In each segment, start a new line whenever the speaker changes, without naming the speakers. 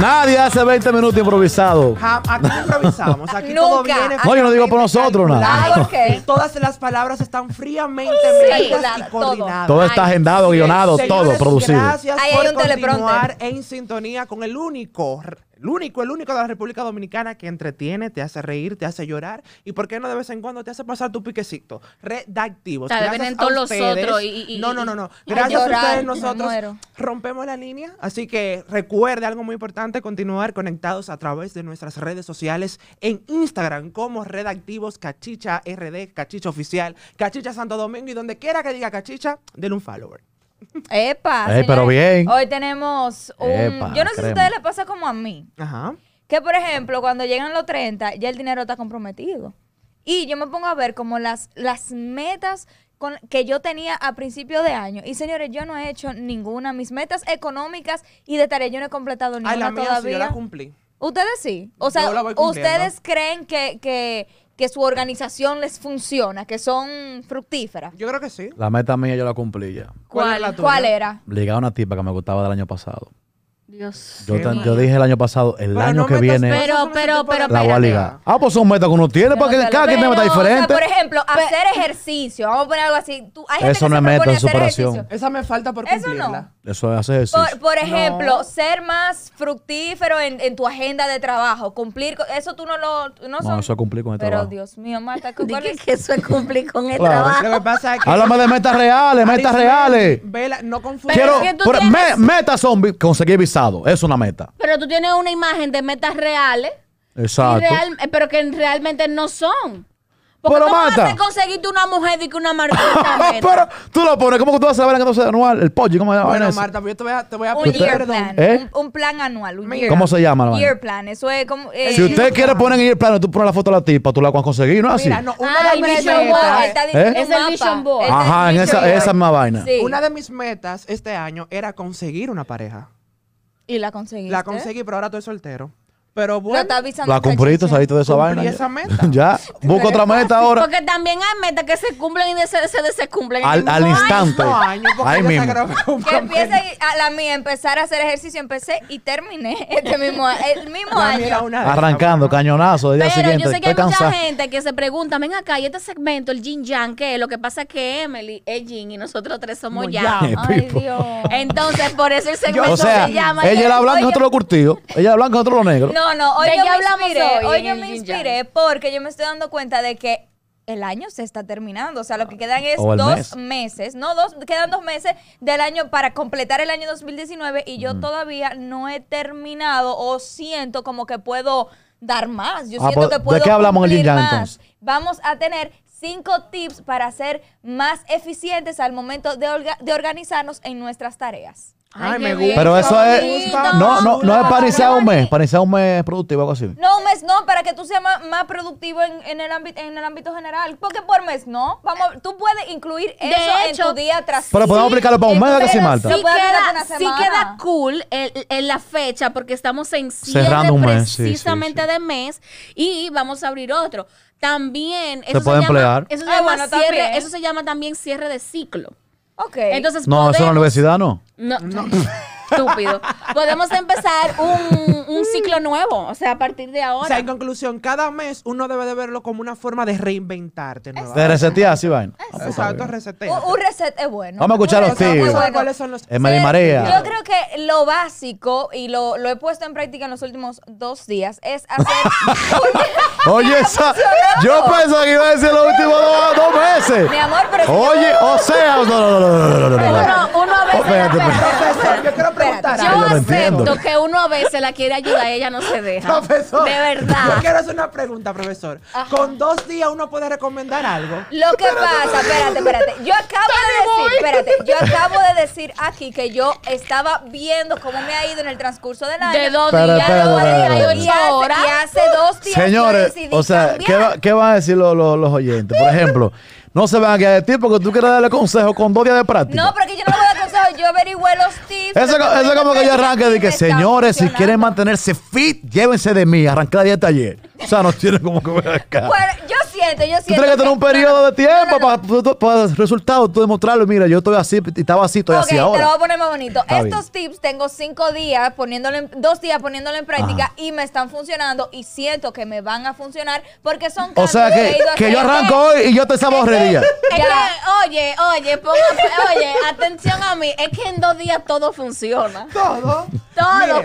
Nadie hace 20 minutos improvisado.
Ja- Aquí no improvisamos. Aquí
Nunca.
todo viene.
Aquí
No, yo no digo por nosotros, nada.
calculado.
Ah, ok.
Todas las palabras están fríamente medidas
Calculada,
y
todo.
coordinadas.
Todo está
Ay,
agendado,
sí,
guionado,
Señores,
todo producido.
Gracias
Ahí hay
por
un teleprompter.
continuar en sintonía con el único, el único, el único de la República Dominicana que entretiene, te hace reír, te hace llorar y por qué no de vez en cuando te hace pasar tu piquecito. Redactivos.
Tal vez
Gracias
vienen
a
todos los
ustedes.
otros y- y-
no, no, no, no.
y-
Gracias a
llorar,
ustedes
me
nosotros
muero.
rompemos la línea, así que recuerde algo muy importante, continuar conectados a través de nuestras redes sociales en Instagram como Redactivos Cachicha RD, Cachicha Oficial, Cachicha Santo Domingo y donde quiera que diga Cachicha, denle un follower.
Epa.
Ey,
señores,
pero bien.
Hoy tenemos un.
Epa,
yo no sé si a
crema.
ustedes les pasa como a mí.
Ajá.
Que por ejemplo, cuando llegan los 30, ya el dinero está comprometido. Y yo me pongo a ver como las, las metas con- que yo tenía a principio de año. Y señores, yo no he hecho ninguna. Mis metas económicas y de tarea yo no he completado ninguna
Ay, la mía sí, yo
todavía.
la cumplí.
ustedes sí. O sea,
Yo la voy cumpliendo.
ustedes creen que, que, que su organización les funciona, que son fructíferas.
Yo creo que sí.
La meta mía yo la cumplí ya.
¿Cuál es la
¿Cuál?
tuya?
¿Cuál era?
Ligaba a una tipa que me gustaba del año pasado.
Dios.
Yo,
mío.
tan- yo dije el año pasado, el
Pero
año
no
que
metas
viene
pesos
Pero,
en ese
pero,
tipo de
la
pero,
voy a
espérate.
ligar. Ah, pues son metas que uno tiene, porque
Pero,
cada quien tiene metas
o sea,
diferentes.
por ejemplo, hacer ejercicio. Vamos a poner algo así. Tú- hay gente
Eso
que
no
se
es meta, es
propone hacer
superación.
ejercicio.
Esa me falta por
Eso
cumplirla.
no.
Eso es hacer ejercicio.
Por, por ejemplo,
No.
ser más fructífero en, en tu agenda de trabajo, cumplir, con- eso tú no lo... No,
No,
son-
eso es cumplir con el
Pero
trabajo.
Dios mío, Marta, ¿cu-
Dije
¿cuál es?
que eso es cumplir con el
Claro.
trabajo.
Lo que pasa es que.
Háblame de metas reales, metas
Arismendi,
reales.
Vela, no confundas.
Quiero,
es que tú
por-
tienes-
me- metas son vi- conseguir visado. Es una meta.
Pero tú tienes una imagen de metas reales, y
Exacto.
real- eh, pero que realmente no son. Porque
Pero,
¿cómo vas
Marta.
a conseguirte una mujer y que una
Ah,
marquita
pero tú lo pones, ¿cómo que tú vas a saber en entonces anual? El pollo, ¿cómo se llama?
Bueno,
eso?
Marta, yo te voy a, te voy a
un
usted-
year
pedir
plan,
perdón.
¿Eh?
un, un plan anual. un
Mira.
year-
¿Cómo se llama la vaina?
Year plan, eso es como... eh,
Si usted quiere poner en el plano, tú pones la foto a la tipa, tú la vas a conseguir, ¿no es así?
Mira, no, una,
Ay,
de mis
Pero eso
Vision
es-
Board.
metas,
está diciendo
¿Eh?
un
Es el
mapa.
Vision Board.
Ese es
Ajá, en
Vision
esa,
Board.
esa es más vaina.
Sí.
una de mis metas este año era conseguir una pareja.
Y la conseguiste.
La conseguí, pero ahora estoy soltero. Pero
Pero
bueno,
está avisando
La
esta
cumpliste,
chicha.
saliste de esa
Cumplí
vaina. ya.
esa meta.
ya, busca otra meta ahora.
Porque también hay metas que se cumplen y de- se, se descumplen.
Al, al instante.
no, año, porque
Ahí
ya se
mismo.
acabó con
Que empiece
promedio.
a la mía, empezar a hacer ejercicio, empecé y terminé este mismo, a- el mismo
La mía
año.
era una de esas,
Arrancando,
bueno.
cañonazo, del día
Pero
siguiente.
yo sé que hay
estoy
mucha
cansado.
gente que se pregunta, ven acá, y este segmento, el Jin Yang, ¿qué es? Lo que pasa es que Emily es Jin y nosotros tres somos
Somos
Yang.
Yang.
Ay,
People.
Dios.
Entonces, por eso el segmento
O sea,
se llama...
ella era blanca y
Oye.
nosotros lo curtidos. Ella era blanca y nosotros lo negro.
No, no, hoy
¿De
yo
qué
me
hablamos
inspiré,
hoy
hoy
en
yo
el
me
Yin
inspiré porque yo me estoy dando cuenta de que el año se está terminando, o sea, lo que quedan es
O el mes.
dos meses, no dos, quedan dos meses del año para completar el año 2019 y yo todavía no he terminado o siento como que puedo dar más, yo
Ah,
siento
pues,
que
¿de
puedo
qué hablamos en el
cumplir
Yin Yang,
más.
entonces?
Vamos a tener cinco tips para ser más eficientes al momento de, orga- de organizarnos en nuestras tareas.
Ay, me
qué
gusta.
bien,
Pero eso
qué
es.
bonito.
No, no, no es
no,
para iniciar
no,
un mes. Para iniciar un mes productivo, algo así.
No, un mes no, para que tú seas ma- más, productivo en, en el ámbito, en el ámbito general. Porque por mes no. Vamos, a- tú puedes incluir eso
hecho,
en tu día tras
Pero podemos aplicarlo para un mes, ¿verdad que sí,
pero
Marta?
sí.
Sí
puede durar
queda,
una
sí
semana.
queda cool el- el- la fecha porque estamos en cierre
Cerrando un mes, sí, sí,
precisamente
sí.
de mes y vamos a abrir otro. También eso
Se puede
llama,
emplear.
Eso se,
Ah,
llama
bueno,
cierre-
también.
eso se llama también cierre de ciclo.
Ok.
Entonces
No, eso en la
podemos-
universidad no.
No, estúpido. Podemos empezar un, un ciclo nuevo, o sea, a partir de
O
ahora.
sea, en conclusión, cada mes uno debe de verlo como una forma de reinventarte. nueva.
De resetear, sí, vaina. Ah, pues, está
Exacto,
bien.
reseteo.
un, un reset es bueno.
Vamos a escuchar a los
Un reset es
tíos.
bueno.
pues, ¿Sabes cuáles son los-
Eh, María
Sí,
Marea.
Yo creo que lo básico, y lo, lo he puesto en práctica en los últimos dos días, es hacer.
Oye, esa.
funcionado.
Yo pensaba que iba a decir los últimos dos, dos meses.
Mi amor, pero si yo-
Oye, o sea. No, no, no, no, no, no, no, no.
uno, uno a veces
Oh, espérate,
la-
espérate.
Profesor, yo quiero preguntar
Yo
Yo
no
algo.
entiendo.
acepto que uno a veces la quiere ayudar y ella no se deja.
pues,
Profesor,
De
Yo
verdad.
quiero hacer una pregunta, profesor. ¿Con dos días uno puede recomendar algo?
Lo que pasa, espérate, espérate. Yo acabo de decir, espérate, yo acabo de decir aquí que yo estaba viendo cómo me ha ido en el transcurso del año.
De dos
Espera,
días,
espera,
de dos
espera,
días,
espera.
de
Y
ocho
hace,
horas.
y hace dos días yo
Señores,
decidí
o sea, ¿qué,
cambiar.
va- qué van a decir los, los- los oyentes? Por ejemplo, no se van a quedar de ti porque tú quieres darle consejo con dos días de práctica.
No, porque yo no le voy a dar consejo, yo averigüé los tips.
eso
lo
co- eso
voy a
como que yo
hacer y
arranque de que,
me está
señores, si
funcionando.
quieren
Pues,
mantenerse fit, llévense de mí, arranque la dieta ayer. O sea, no tiene como que ver acá.
Bueno, yo esto, yo siento.
Tú tienes que tener un periodo de tiempo para, para resultados, tú demostrarlo. Mira, yo estoy así, y estaba así, estoy
Ok,
así
te
ahora.
lo voy a poner más bonito.
Está
Estos tips tengo cinco días poniéndolo en, dos días poniéndolo en práctica
Ajá.
y me están funcionando y siento que me van a funcionar porque son
O sea
cambios
que,
he ido
que yo
haciendo.
arranco hoy y yo te saborrería.
Es
Ya.
que, oye, oye, póngame, oye, atención a mí. Es que en dos días todo funciona.
Todo.
Todo
Miren,
Ay,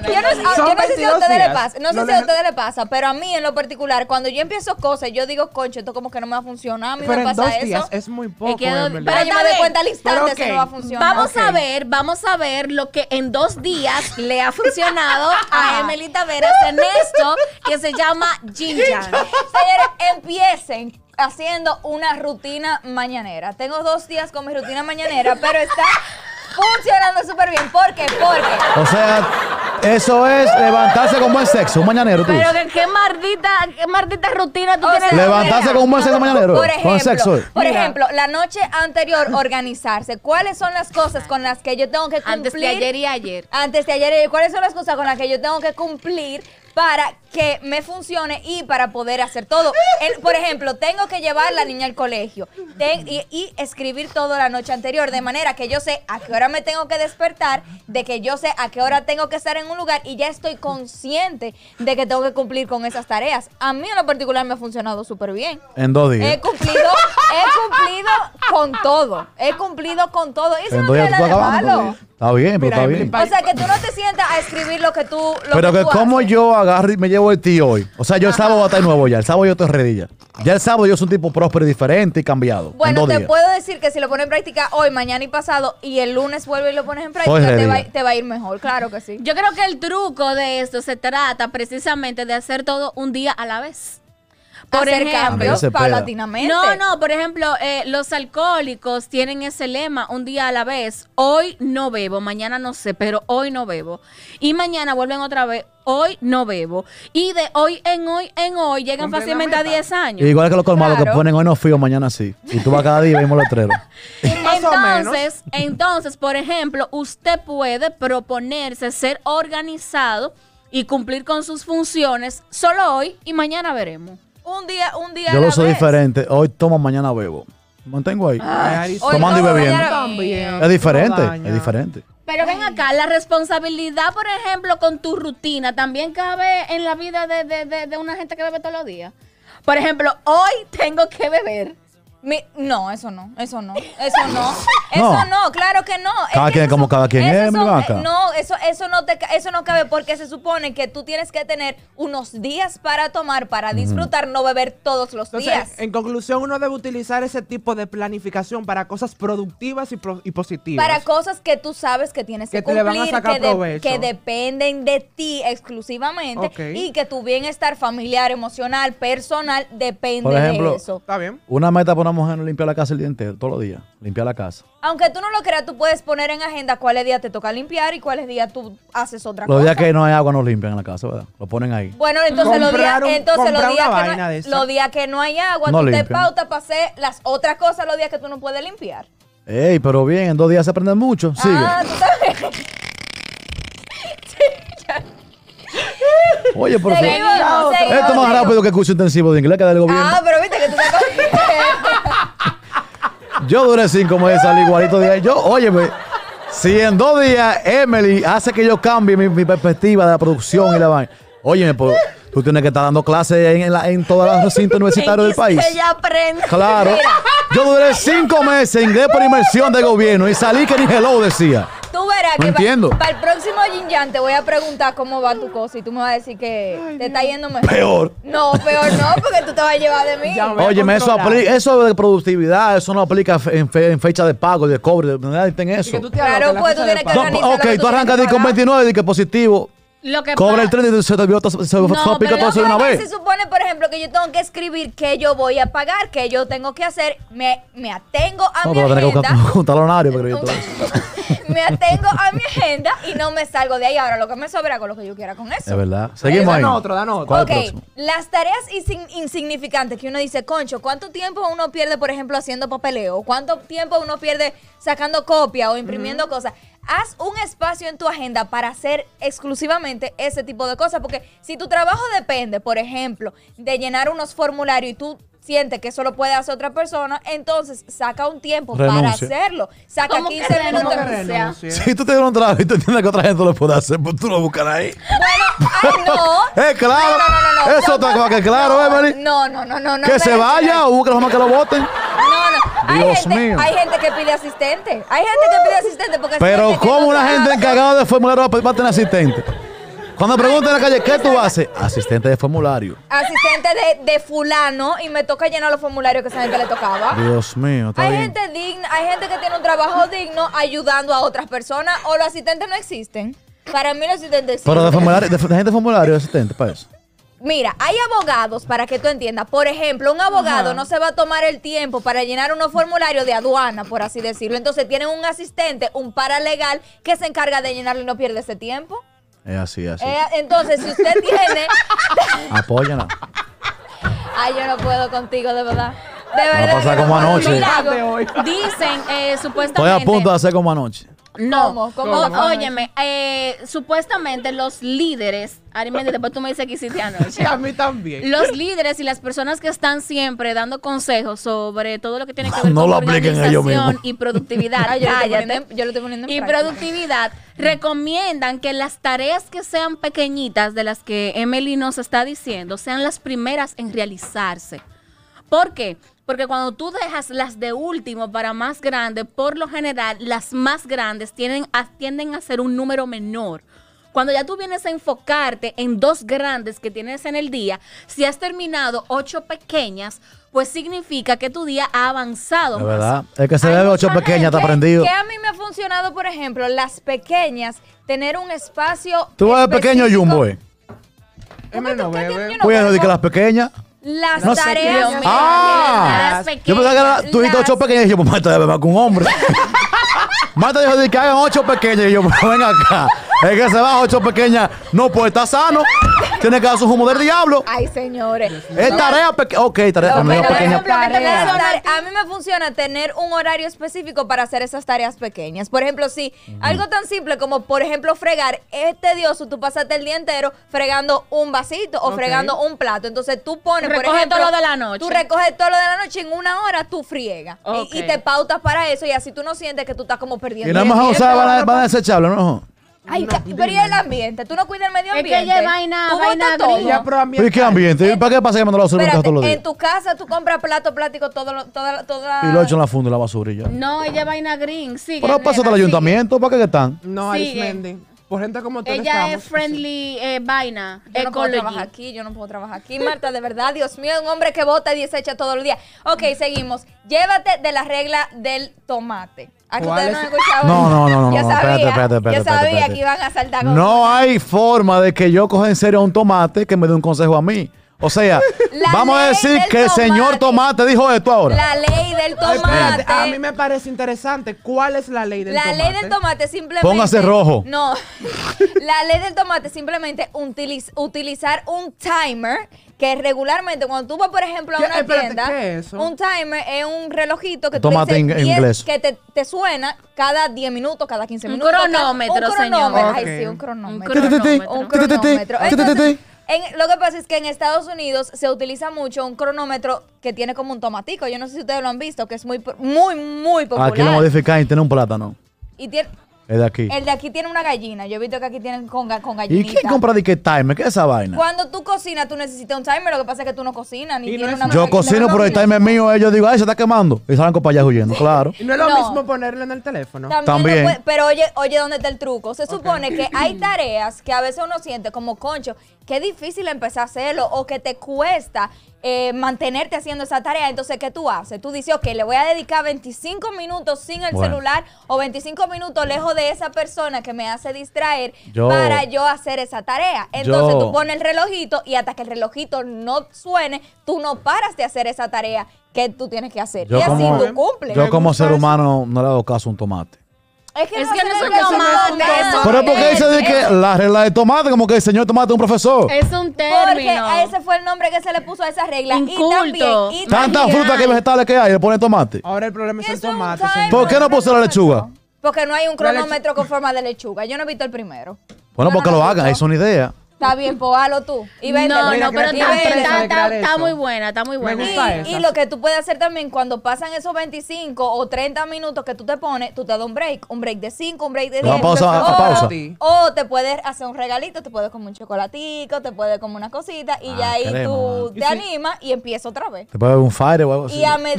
yo no,
en dos días.
ah, yo no sé si a
22
ustedes les
días.
pasa, no sé
No
si a
les-
ustedes les pasa, pero a mí en lo particular, cuando yo empiezo cosas, yo digo, concho, esto como que no me va a funcionar, a mí
Pero
me
en
pasa
dos
eso.
días es muy poco,
que no-
en verdad.
Pero yo me
Pero
doy
está
cuenta al
bien,
instante
pero
si no
ok,
va a funcionar.
Vamos a
Ok.
ver, vamos a ver lo que en dos días le ha funcionado a
Ajá.
Emelita Veras en esto que se llama Jinjan.
Señores, empiecen haciendo una rutina mañanera. Tengo dos días con mi rutina mañanera, pero está funcionando súper bien. ¿Por qué? Porque
O sea, eso es levantarse con buen sexo, un mañanero tú.
Pero que qué maldita, qué maldita rutina tú
o
tienes.
sea,
Levantarse
mira,
con un buen sexo mañanero,
Por
con sexo.
ejemplo, por
Mira.
ejemplo, la noche anterior organizarse. ¿Cuáles son las cosas con las que yo tengo que cumplir?
Antes de ayer y ayer.
Antes de ayer, eh, ¿cuáles son las cosas con las que yo tengo que cumplir para que me funcione y para poder hacer todo? El- por ejemplo, tengo que llevar a la niña al colegio ten- y, y escribir todo la noche anterior, de manera que yo sé a qué hora me tengo que despertar, de que yo sé a qué hora tengo que estar en un lugar y ya estoy consciente de que tengo que cumplir con esas tareas. A mí en lo particular me ha funcionado súper bien.
En dos días.
He cumplido, he cumplido con todo. He cumplido con todo. Y eso
En
no
dos días
tiene
tú estás
nada de
acabando.
malo.
Está bien, pero
Mira,
está
en
bien.
principio-
O sea, que tú no te sientas a escribir lo que tú. Lo
Pero que
tú
como
haces.
yo agarro y me llevo el tío hoy. O sea, yo el sábado voy a estar nuevo ya. El sábado yo estoy ready ya. Ya el sábado yo soy un tipo próspero y diferente y cambiado. en
Bueno,
dos
te
días.
puedo decir que si lo pones en práctica hoy, mañana y pasado, y el lunes vuelves y lo pones en
Pues,
práctica, te va,
Heredia.
te va a ir mejor, claro que sí.
Yo creo que el truco de esto se trata precisamente de hacer todo un día a la vez. Por
Hacer
ejemplo-
Andrés
cambios
Cepeda.
paulatinamente.
No, no, por ejemplo, eh, los alcohólicos tienen ese lema un día a la vez. Hoy no bebo, mañana no sé, pero hoy no bebo. Y mañana vuelven otra vez, hoy no bebo. Y de hoy en hoy en hoy llegan
Cumplen la
fácilmente a
meta.
10 años.
Igual que los colmados
Claro.
que ponen hoy no frío, mañana sí. Y tú vas cada día y vemos letrero.
Más o menos.
Entonces, entonces, por ejemplo, usted puede proponerse ser organizado y cumplir con sus funciones solo hoy y mañana veremos.
Un día, un día.
Yo
a la
lo soy
vez.
diferente. Hoy tomo, mañana bebo. Mantengo ahí.
Ay,
Hoy
Tomando y
todo,
bebiendo.
mañana-
Es diferente,
No daña.
es diferente.
Pero ven acá, la responsabilidad, por ejemplo, con tu rutina, también cabe en la vida de, de- de- de una gente que bebe todos los días. Por ejemplo, hoy tengo que beber.
Mi- no, eso no, eso no, eso no, eso no, claro que no. Es
Cada
que
quien
esos
como
son-
cada quien
esos
es, mi
son- eh,
vaca.
No, eso, eso no te, ca- eso no cabe porque se supone que tú tienes que tener unos días para tomar, para disfrutar, no beber todos los
Entonces,
días.
en conclusión, uno debe utilizar ese tipo de planificación para cosas productivas y, pro- y positivas.
Para cosas que tú sabes que tienes que,
Que te le van a
cumplir,
sacar
que, de-
provecho.
que dependen de ti exclusivamente
Ok.
y que tu bienestar familiar, emocional, personal depende
Por ejemplo,
de eso.
¿Está bien?
Una meta para una mujer no limpiar la casa el día entero, todos los días. Limpiar la casa.
Aunque tú no lo creas, tú puedes poner en agenda cuáles días te toca limpiar y cuáles días tú haces otra
Los
cosa.
días que no hay agua no limpian en la casa, ¿verdad? Lo ponen ahí.
Bueno, entonces los días,
Comprar un-
entonces los
comprar
días
una
que no,
vaina de
hay-
esa.
los días que no hay agua,
No
tú te
limpian.
pautas para hacer las otras cosas los días que tú no puedes limpiar.
Ey, pero bien, en dos días se aprende mucho. Sigue.
Ah, tú sabes.
Oye, por favor.
Seguimos, seguimos,
Esto es más
seguimos.
rápido que curso intensivo de inglés que del gobierno.
Ah, pero viste que tú te
Yo duré cinco meses, salí igualito de ahí. Yo, óyeme, si en dos días Emily hace que yo cambie mi, mi perspectiva de la producción y la vaina. Óyeme, pues, tú tienes que estar dando clases en, la- en todos los recintos universitarios del país.
Que ya aprende.
Claro. Yo duré cinco meses en inglés por inversión del gobierno y salí que ni hello decía.
Tú verás
No
que
entiendo.
para el próximo Jinjan te voy a preguntar cómo va tu cosa y tú me vas a decir que te está yendo mejor.
Peor.
No, peor no, porque tú te vas a llevar de mí.
Ya me- voy a
Óyeme, eso,
controlar.
apli- eso de productividad, eso no aplica fe- en, fe- en fecha de pago, de cobro, de nada, en
Y
eso.
que tú te
Claro,
aloques, la
pues,
cosa
tú
de
tienes que
pago.
No,
organizar lo
ok,
que
tú
tú
arrancas
tienes
di
que
con
pagar.
29 y que positivo.
Lo que
Cobra el
pa-
30 y se te vio todo- se
No,
fue pica
pero
todo eso de
No,
una
pero
vez.
se supone, por ejemplo, que yo tengo que escribir qué yo voy a pagar, qué yo tengo que hacer. Me, me atengo a
No,
mi
tú vas a tener que
agenda.
buscar un- un talonario para yo todo eso.
me atengo a mi agenda y no me salgo de ahí. Ahora lo que me sobra con lo que yo quiera con eso.
Es verdad. Seguimos ahí.
Dan otro, dan otro.
¿Cuál es
Ok,
el próximo?
las tareas insin- insignificantes que uno dice, concho, ¿cuánto tiempo uno pierde, por ejemplo, haciendo papeleo? ¿Cuánto tiempo uno pierde sacando copia o imprimiendo cosas? Haz un espacio en tu agenda para hacer exclusivamente ese tipo de cosas, porque si tu trabajo depende, por ejemplo, de llenar unos formularios y tú siente que eso lo puede hacer otra persona, entonces saca un tiempo para
Renuncia.
hacerlo. Saca
¿Cómo que
15
renuncia?
minutos.
¿Cómo que renuncia?
Si tú te das un trabajo y tú entiendes que otra gente lo puede hacer, pues tú lo buscas ahí.
Ah, no.
Eh, claro.
No, no, no, no.
Eso está como que claro,
No,
Emily.
No, no, no, no. no,
que se
espérate,
vaya o busca los demás que lo voten.
No, no. Hay,
Dios
gente,
mío.
hay gente que pide asistente. Hay gente que pide asistente porque
Pero
siente que
¿cómo
no
una
sabe?
gente encargada de formulario va a tener asistente? Cuando preguntan en la calle, ¿qué tú haces? Asistente de formulario.
asistente de, de fulano y me toca llenar los formularios que esa gente le tocaba.
Dios mío, está
Hay
bien.
gente digna, hay gente que tiene un trabajo digno ayudando a otras personas o los asistentes no existen. Para mí los asistentes existen.
Pero de formulario, de, de gente de formulario, asistente pues. para eso.
Mira, hay abogados para que tú entiendas. Por ejemplo, un abogado no se va a tomar el tiempo para llenar unos formularios de aduana, por así decirlo. Entonces tienen un asistente, un paralegal, que se encarga de llenarlo y no pierde ese tiempo.
Es así, así.
Eh, entonces, si usted tiene.
Apóyala.
Ay, yo no puedo contigo, de verdad. De verdad.
a pasar
que no
como
puedo.
anoche.
Mira,
Mira,
De hoy.
dicen eh,
Estoy
supuestamente.
a punto de hacer como anoche.
No,
¿Cómo? ¿Cómo?
O-
¿Cómo?
óyeme, eh, supuestamente los líderes, Ari Méndez, después tú me dices que hiciste
Sí,
anoche.
a mí también.
Los líderes y las personas que están siempre dando consejos sobre todo lo que tiene que ver
No
con
lo apliquen ellos
organización
mismos.
y productividad.
Ay, Ah, yo, lo estoy
Cállate.
poniendo en- yo lo estoy poniendo en
Y
práctica.
productividad recomiendan que las tareas que sean pequeñitas de las que Emily nos está diciendo sean las primeras en realizarse. ¿Por qué? Porque cuando tú dejas las de último para más grande, por lo general las más grandes tienen, a- tienden a ser un número menor. Cuando ya tú vienes a enfocarte en dos grandes que tienes en el día, si has terminado ocho pequeñas, pues significa que tu día ha avanzado.
De
más.
verdad. El que se
Hay
bebe ocho
mucha
pequeñas está
gente
aprendido.
Que a mí me ha funcionado, por ejemplo, las pequeñas, tener un espacio.
Tú vas de pequeño
específico.
Jumbo, eh.
Emily no
¿Qué tiene-
bebe.
yo no
Cuidado de
bebo?
que las pequeñas.
Las
No sé,
tareas.
Dios mío,
Ah.
las pequeñas,
Yo pensaba que era, tú dijiste
las-
ocho pequeñas y yo, pues Marta debe más que un hombre. Marta dijo de que hagan ocho pequeñas y yo, pues ven acá. Es que se va ocho pequeñas. No, pues está sano. Tiene que dar su humo del diablo.
Ay, señores.
Es tarea pequeña. Ok, tarea
Pero,
cuando digo
por
pequeña.
ejemplo, que tener
Tarea.
esas tare- a mí me funciona tener un horario específico para hacer esas tareas pequeñas. Por ejemplo, si algo tan simple como, por ejemplo, fregar, es tedioso, tú pasaste el día entero fregando un vasito o
Ok.
fregando un plato. Entonces tú pones, por
Recoge
ejemplo,
todo lo de la noche.
Tú recoges todo lo de la noche y en una hora tú friegas. Y-
Ok.
Y, te pautas para eso y así tú no sientes que tú estás como perdiendo.
Y no
el
hemos
tiempo.
usado, van a, van a desecharlo, ¿no?
Ay, ca- pero y el ambiente, tú no cuidas el medio
Es que
ambiente.
ella es vaina-
Tú botas
vaina
todo.
gris.
Ya, pero a mí-
¿Y qué ambiente? ¿Y para qué pasa que me lo hacer todos los
Espérate,
días?
en tu casa tú compras plato, plástico, todo, lo- toda, toda...
Y lo echo en la funda y la basura y ya.
No, ella es vaina green, sí.
Pero pásate al ayuntamiento, ¿para qué que están?
No,
Sigue.
Arismendi. Por gente como tú no
Ella es
estamos.
friendly eh, vaina,
Yo no puedo
ecology.
trabajar aquí, yo no puedo trabajar aquí, Marta, de verdad, Dios mío, un hombre que vota y desecha todos los días. Ok, seguimos. Llévate de la regla del tomate. Aquí
¿Cuál
ustedes no han
es?
escuchado.
No, no, no, no, no,
Yo sabía,
espérate, espérate, espérate,
Yo sabía
espérate.
que iban a saltar con
No hay forma de que yo coja en serio a un tomate que me dé un consejo a mí. O sea,
La
vamos a
ley
decir
del
que el señor
tomate.
tomate dijo esto ahora.
La ley del
Ay, espérate,
tomate.
A mí me parece interesante. ¿Cuál es la ley del
La
tomate?
ley del tomate simplemente.
Póngase rojo.
No. la ley del tomate simplemente utiliz- utilizar un timer que regularmente cuando tú vas, por ejemplo, a
¿Qué?
una
Espérate,
tienda,
¿qué es eso?
un timer es un relojito que
Tomate
tú le
en-
dices
en
10
inglés.
que te, te suena cada 10 minutos, cada 15
Un
minutos. cada-
cronómetro,
un cronómetro.
señor.
Ay, sí, un
Ok.
cronómetro.
Un cronómetro.
Ti,
Un
ti, ti, ti.
cronómetro.
Ti, ti, ti,
Entonces,
ti.
en- lo que pasa es que en Estados Unidos se utiliza mucho un cronómetro que tiene como un tomatico. Yo no sé si ustedes lo han visto, que es muy, muy, muy popular.
Aquí lo modifican y tiene un plátano.
Y tiene,
Es de aquí.
el de aquí tiene una gallina. Yo he visto que aquí tienen con, ga- con
¿Y
gallinita.
quién compra de qué timer? ¿Qué es esa vaina?
Cuando tú cocinas, tú necesitas un timer. Lo que pasa es que tú no cocinas ni
Y no
tienes
es-
una
Yo
máquina.
cocino, pero el timer mío, ellos digo, ay, se está quemando. Y salen con para allá huyendo, claro.
Y no es lo
No.
mismo ponerlo en el teléfono.
También,
También.
lo puede- pero oye, oye, ¿dónde está el truco? Se supone que hay tareas que a veces uno siente como concho, que es difícil empezar a hacerlo o que te cuesta eh, mantenerte haciendo esa tarea. Entonces, ¿qué tú haces? Tú dices, ok, le voy a dedicar 25 minutos sin el
Bueno.
celular o 25 minutos lejos de esa persona que me hace distraer
Yo-
para yo hacer esa tarea. Entonces,
Yo-
tú pones el relojito y hasta que el relojito no suene, tú no paras de hacer esa tarea que tú tienes que hacer.
Yo
y así
como-
tú cumples.
Yo como
gusta
ser
eso?
humano no le hago caso a un tomate.
Es que
Es
no
que
se
no
le
son
puede hacer
tomates,
nada.
son
Pero es porque
él,
dice de que la regla del tomate, como que el señor tomate es un profesor.
Es un
Porque
término.
ese fue el nombre que se le puso a esa regla.
Inculto.
Y también, y
Tanta
también-
fruta que vegetales que hay, le ponen tomate.
Oh.
Ahora el problema es
Eso
el
es un
tomate.
timer.
señor.
¿Por qué no puso la lechuga?
Porque no hay un
La lechu-
cronómetro con forma de lechuga. Yo no he visto el primero.
Bueno,
Yo no
porque
lo
lo
he
hagan, ahí
visto.
es una idea.
Está bien, pues halo tú. Y vende.
No,
Mira,
no, pero
qué
está,
tristeza
está- está-
declarar
está
eso.
muy buena, está muy buena.
gusta. esa.
Y, y lo que tú puedes hacer también cuando pasan esos 25 o 30 minutos que tú te pones, tú te das un break, un break de 5, un break de 10.
Una pausa, una pausa.
O te puedes hacer un regalito, te puedes comer un chocolatico, te puedes comer una cosita y
Ah,
ya ahí
crema.
tú
Y
te
sí.
animas y empieza otra vez.
Te puede haber un fire o algo así.
Y a met-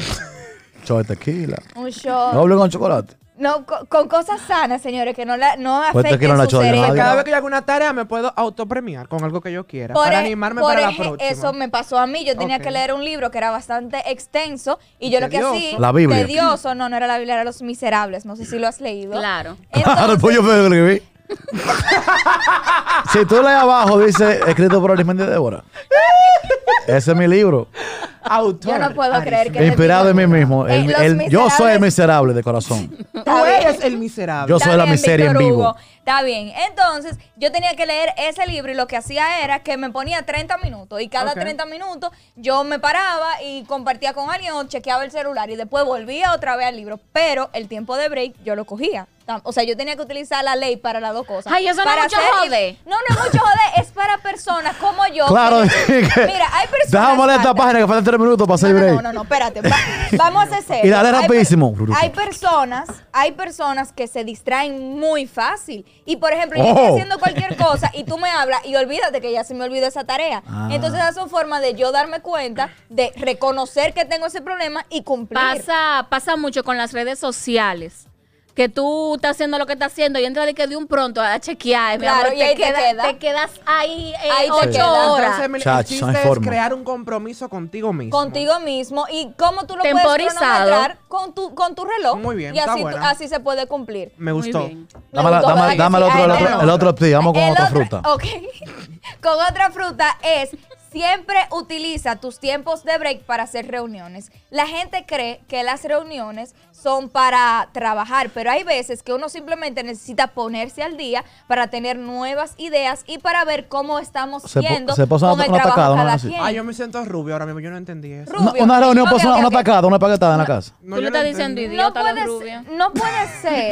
Un shot de tequila.
un shot.
Pues No hablen con chocolate.
No, co- con, cosas sanas, señores, que no, la, no
Pues
afecten
tequila no la
su
cholla,
cerebro.
nadie.
Cada vez que yo hago una tarea me puedo autopremiar con algo que yo quiera
Por
para
ej-
animarme
por
para la
ej-
próxima.
Eso me pasó a mí. Yo tenía
Ok.
que leer un libro que era bastante extenso y yo lo que
Tedioso.
hacía.
La Biblia.
Tedioso, no, no era la Biblia, era Los Miserables. No sé si lo has leído.
Claro.
Claro, el pollo feo que vi. si tú lees abajo, dice escrito por Arismendi Débora. Ese es mi libro.
Autor.
Yo no puedo creer que-
Inspirado en mí mismo.
Eh,
El-
Los
el- yo soy el
Miserables.
miserable de corazón.
Tú
Está bien.
eres el miserable.
Yo soy
Está
la
bien,
miseria
Víctor
en vivo.
Hugo. Está bien. Entonces, yo tenía que leer ese libro y lo que hacía era que me ponía 30 minutos y cada
Ok.
30 minutos yo me paraba y compartía con alguien o chequeaba el celular y después volvía otra vez al libro. Pero el tiempo de break yo lo cogía. Tam- O sea, yo tenía que utilizar la ley para las dos cosas.
Ay, eso no es
Para
mucho
hacer-
joder.
No, no es mucho joder. Es para personas como yo.
Claro,
que-
dije que-
Mira, hay personas.
Déjame leer esta
faltas-
página que faltan tres minutos para hacer
no,
break.
no, no, no, espérate. va- vamos a hacer.
Y dale rapidísimo.
Hay, personas, hay personas que se distraen muy fácil. Y por ejemplo, yo
Oh.
estoy haciendo cualquier cosa y tú me hablas y olvídate que ya se me olvidó esa tarea.
Ah.
Entonces, esa es una forma de yo darme cuenta, de reconocer que tengo ese problema y cumplir.
Pasa, pasa mucho con las redes sociales. Que tú estás haciendo lo que estás haciendo y entras de que de un pronto a chequear, mi
Claro,
amor,
y ahí te
queda-
queda.
te quedas ahí, eh,
Ahí te
ocho
queda.
horas.
Entonces, Emily, el
Chacho, no hay
chiste es
forma.
crear un compromiso contigo mismo.
Contigo mismo y cómo tú lo puedes
Temporizado.
cronometrar con tu, con tu reloj.
Muy bien,
y
está
así, tú-
buena.
así se puede cumplir.
Me
Muy
gustó.
bien.
Me
Dame, la-
gustó,
dame-
¿verdad que
dame el
sí?
otro, el
Ay,
otro,
no.
el otro opti, vamos con
El
otra
otro-
fruta.
Ok. con otra fruta es siempre utiliza tus tiempos de break para hacer reuniones. La gente cree que las reuniones son para trabajar, pero hay veces que uno simplemente necesita ponerse al día para tener nuevas ideas y para ver cómo estamos
Se po-
yendo
se posa
con
una-
el
una
trabajo
atacada, una
cada
así.
quien.
Ay, yo me siento rubio ahora mismo, yo no entendí eso.
Ru-
Una,
Rubio.
una reunión,
Ok,
pues una,
ok,
una
ok.
paquetada, una paquetada en la casa.
No,
tú
yo
me
no
estás
entendí.
no
diciendo idiota, la
puede,
rubia.
ser, no puede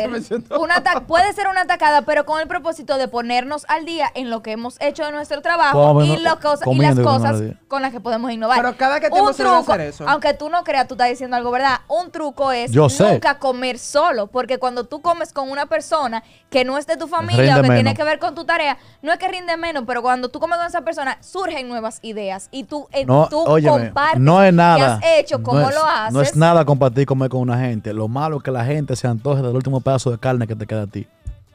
Me
ser
siento
una ata- puede ser una atacada, pero con el propósito de ponernos al día en lo que hemos hecho de nuestro trabajo
Come,
y,
no,
lo cosa- y las
comiendo, come
cosas
al día.
con las que podemos innovar.
Pero cada que
un
tengo se debe
truco,
hacer eso.
aunque tú no creas, tú estás diciendo algo, ¿verdad? Un truco es
Yo sé.
nunca comer solo, porque cuando tú comes con una persona que no es de tu familia o
Rinde
que tiene
menos.
que ver con tu tarea, no es que rinde menos, pero cuando tú comes con esa persona surgen nuevas ideas y tú, eh,
No,
tú
óyeme,
compartes
no es nada.
qué has hecho,
No
cómo
es-
lo haces.
No es nada compartir comer con una gente. Lo malo es que la gente se antoje del último pedazo de carne que te queda a ti.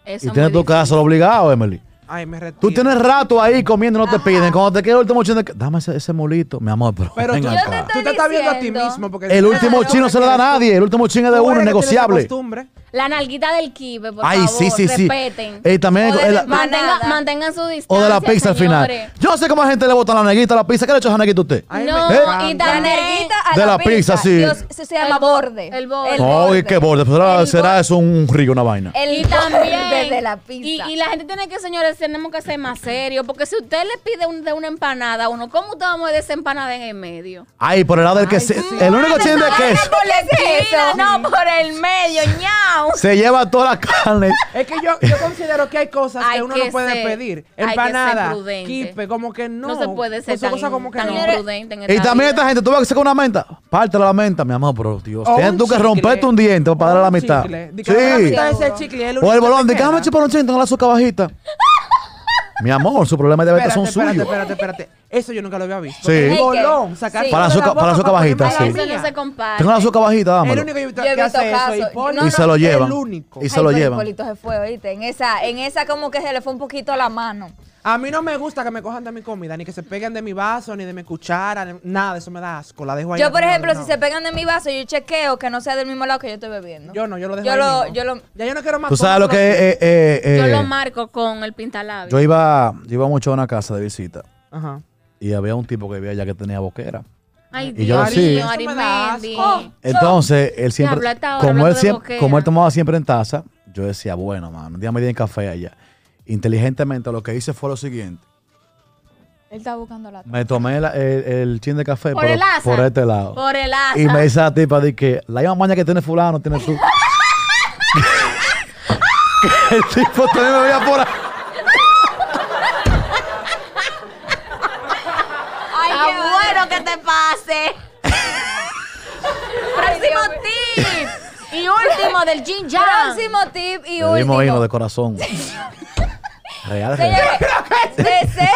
Eso
Y
es
tienes
muy
tu casa obligado, Emily.
Ay, me retiro.
Tú tienes rato ahí comiendo, no te piden. Cuando te queda el último chino, dame ese, ese molito, mi amor, pero,
Pero tú,
ven
tú
acá.
estoy
te estás viendo a ti
diciendo-
mismo. Porque
El último chino se le da a nadie. El último chino es de
Tú
uno, es
eres que tienes esa
negociable.
costumbre.
La nalguita del kibe, por
Ay,
favor,
sí, sí, sí.
respeten.
Eh, también
O de
el-
la-
Mantenga-
Manada.
mantengan su
o
distancia,
de la pizza al
señores.
final. Yo no sé cómo a la gente le bota la neguita a la pizza. ¿Qué le echó esa neguita a usted?
Ay, me
No,
encanta.
y
La
también-
nerguita a
De
la,
la pizza, sí.
Dios, eso se llama
El bo-
borde.
el borde.
El
Ay, qué borde. Pues será-
El
será
borde.
eso un río, una vaina.
El
Y
borde
también.
de la pizza.
Y, y la gente tiene que, señores, tenemos que ser más serios. Porque si usted le pide un- de una empanada a uno, ¿cómo usted va a mover esa empanada en el medio?
Ay, por el lado del que se, El único chino de
Ay,
queso
no, por la esquina,
Sí.
no por el medio, ñao.
se lleva toda la carne.
Es que yo, yo considero que hay cosas
Hay
que uno
que
no puede
ser-
pedir.
hay que ser
Empanada,
prudente.
quipe, como que no.
No se puede ser
Pues son
tan,
cosas como que
tan
no.
imprudente en
Y
esta
también
vida.
esta gente, tú vas a sacar una menta. Parte la menta, mi amor, pero Dios.
O un
Tienes tú que
chicle,
romperte un diente para darle
o
la
un
mitad.
chicle. Di que dame la
Sí.
mitad de ese chicle, el
O
único que
el bolón, de
te
que "Ah,
queda.
déjame chupar un chino, tengo la azúcar bajita. mi amor, sus problemas de diabetes son
Espérate, espérate,
suyos.
espérate, espérate. Eso yo nunca lo había visto.
Sí.
El
Hay
que-
bolón, sacar
sí.
todo
Para
de
azúcar-
boca
para azúcar
ponerlo
bajita,
en la
sí.
Eso
mía.
no se comparte.
Tengo la azúcar bajita,
El
dámelo.
único
Yo
que
he visto
hace eso.
casos.
Y, Poli-
No, no,
Y se lo llevan.
El único.
Y se lo
Ay, pero el
llevan.
Polito se fue, ¿oíste? En esa, en esa como que se le fue un poquito la mano.
A mí no me gusta que me cojan de mi comida, ni que se peguen de mi vaso, ni de mi cuchara, ni- nada de eso me da asco. La dejo ahí.
Yo, por ejemplo, si se
pegan
pegan de mi vaso, yo chequeo que no sea del mismo lado que yo estoy bebiendo.
Yo no, yo lo dejo
Yo
ahí
lo,
mismo.
yo lo,
Ya yo no quiero más.
Tú sabes lo que es. eh, eh, eh,
Yo lo marco con el pintalabio.
yo iba, yo iba mucho a una casa de visita
Ajá.
y había un tipo que vivía allá que tenía boquera.
Ay,
y yo
Dios
sí.
mío,
Eso me da
Arismendi.
asco.
Entonces, él siempre,
habla hasta ahora,
como,
hablando
él
de
siempre
boquera.
como él tomaba siempre en taza, yo decía, bueno, mano, un día me di en café allá. Inteligentemente lo que hice fue lo siguiente.
Él está buscando la
Me tomé la- el, el chin de café
Por
pero
el asa.
por este lado.
Por el asa.
Y me dice la tipa de que la misma maña que tiene fulano tiene tú. Que el tipo también me veía por ahí.
Ah, Y último del Jin Yang.
Próximo tip y
Le dimos himno
último.
de corazón. Real, real.
Señores, desecho.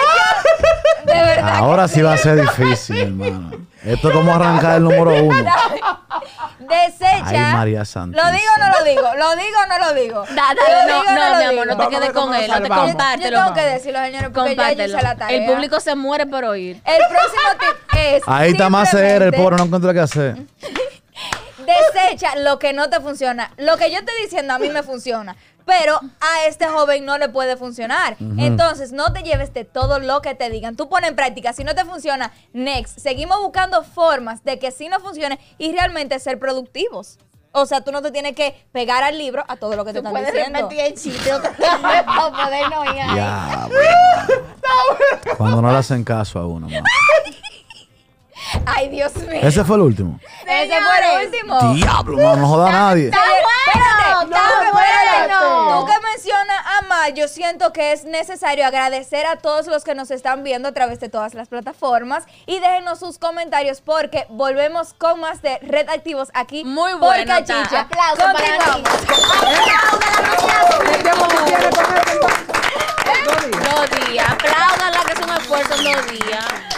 De verdad.
Ahora sí va a ser difícil, hermano. Esto es como arrancar el número uno.
Desecha.
Ay, María
¿Lo
Santísima.
digo o no lo digo? ¿Lo digo o no lo digo.
Da,
¿Lo
dale, no,
digo o
no,
lo
mi amor, no
Vamos a
digo?
te quedes
ver cómo
con
nos
él, no te
salvamos.
Yo
compártelo.
tengo que
vamos.
decirlo, señores, porque ya yo
Compártelo.
hice la tarea.
El público se muere por oír.
El próximo tip es.
Ahí está más CR, el
simplemente
pobre, no encuentra qué hacer.
Desecha lo que no te funciona. Lo que yo estoy diciendo a mí me funciona. Pero a este joven no le puede funcionar. Entonces, no te lleves de todo lo que te digan. Tú pones en práctica. Si no te funciona, next. Seguimos buscando formas de que sí no funcione y realmente ser productivos. O sea, tú no te tienes que pegar al libro a todo lo que te
Tú
están
puedes
diciendo.
repetir el chiste otra vez para poder no ir ahí.
Ya, bueno. Cuando no le hacen caso a uno, mano.
Ay, Dios mío. Oh.
Ese fue el último.
Ese fue el último.
Diablo, mano, no joda a nadie.
Oye, Espérate,
bueno,
tú que-
está
espérate.
bueno.
Tú que mencionas a Mal, yo siento que es necesario agradecer a todos los que nos están viendo a través de todas las plataformas y déjenos sus comentarios porque volvemos con más de Red Activos aquí
Muy
por
bueno, está.
Cachicha.
Aplauso para
Continuamos.
ti.
Dos días. Apláudala, que es un esfuerzo en dos días.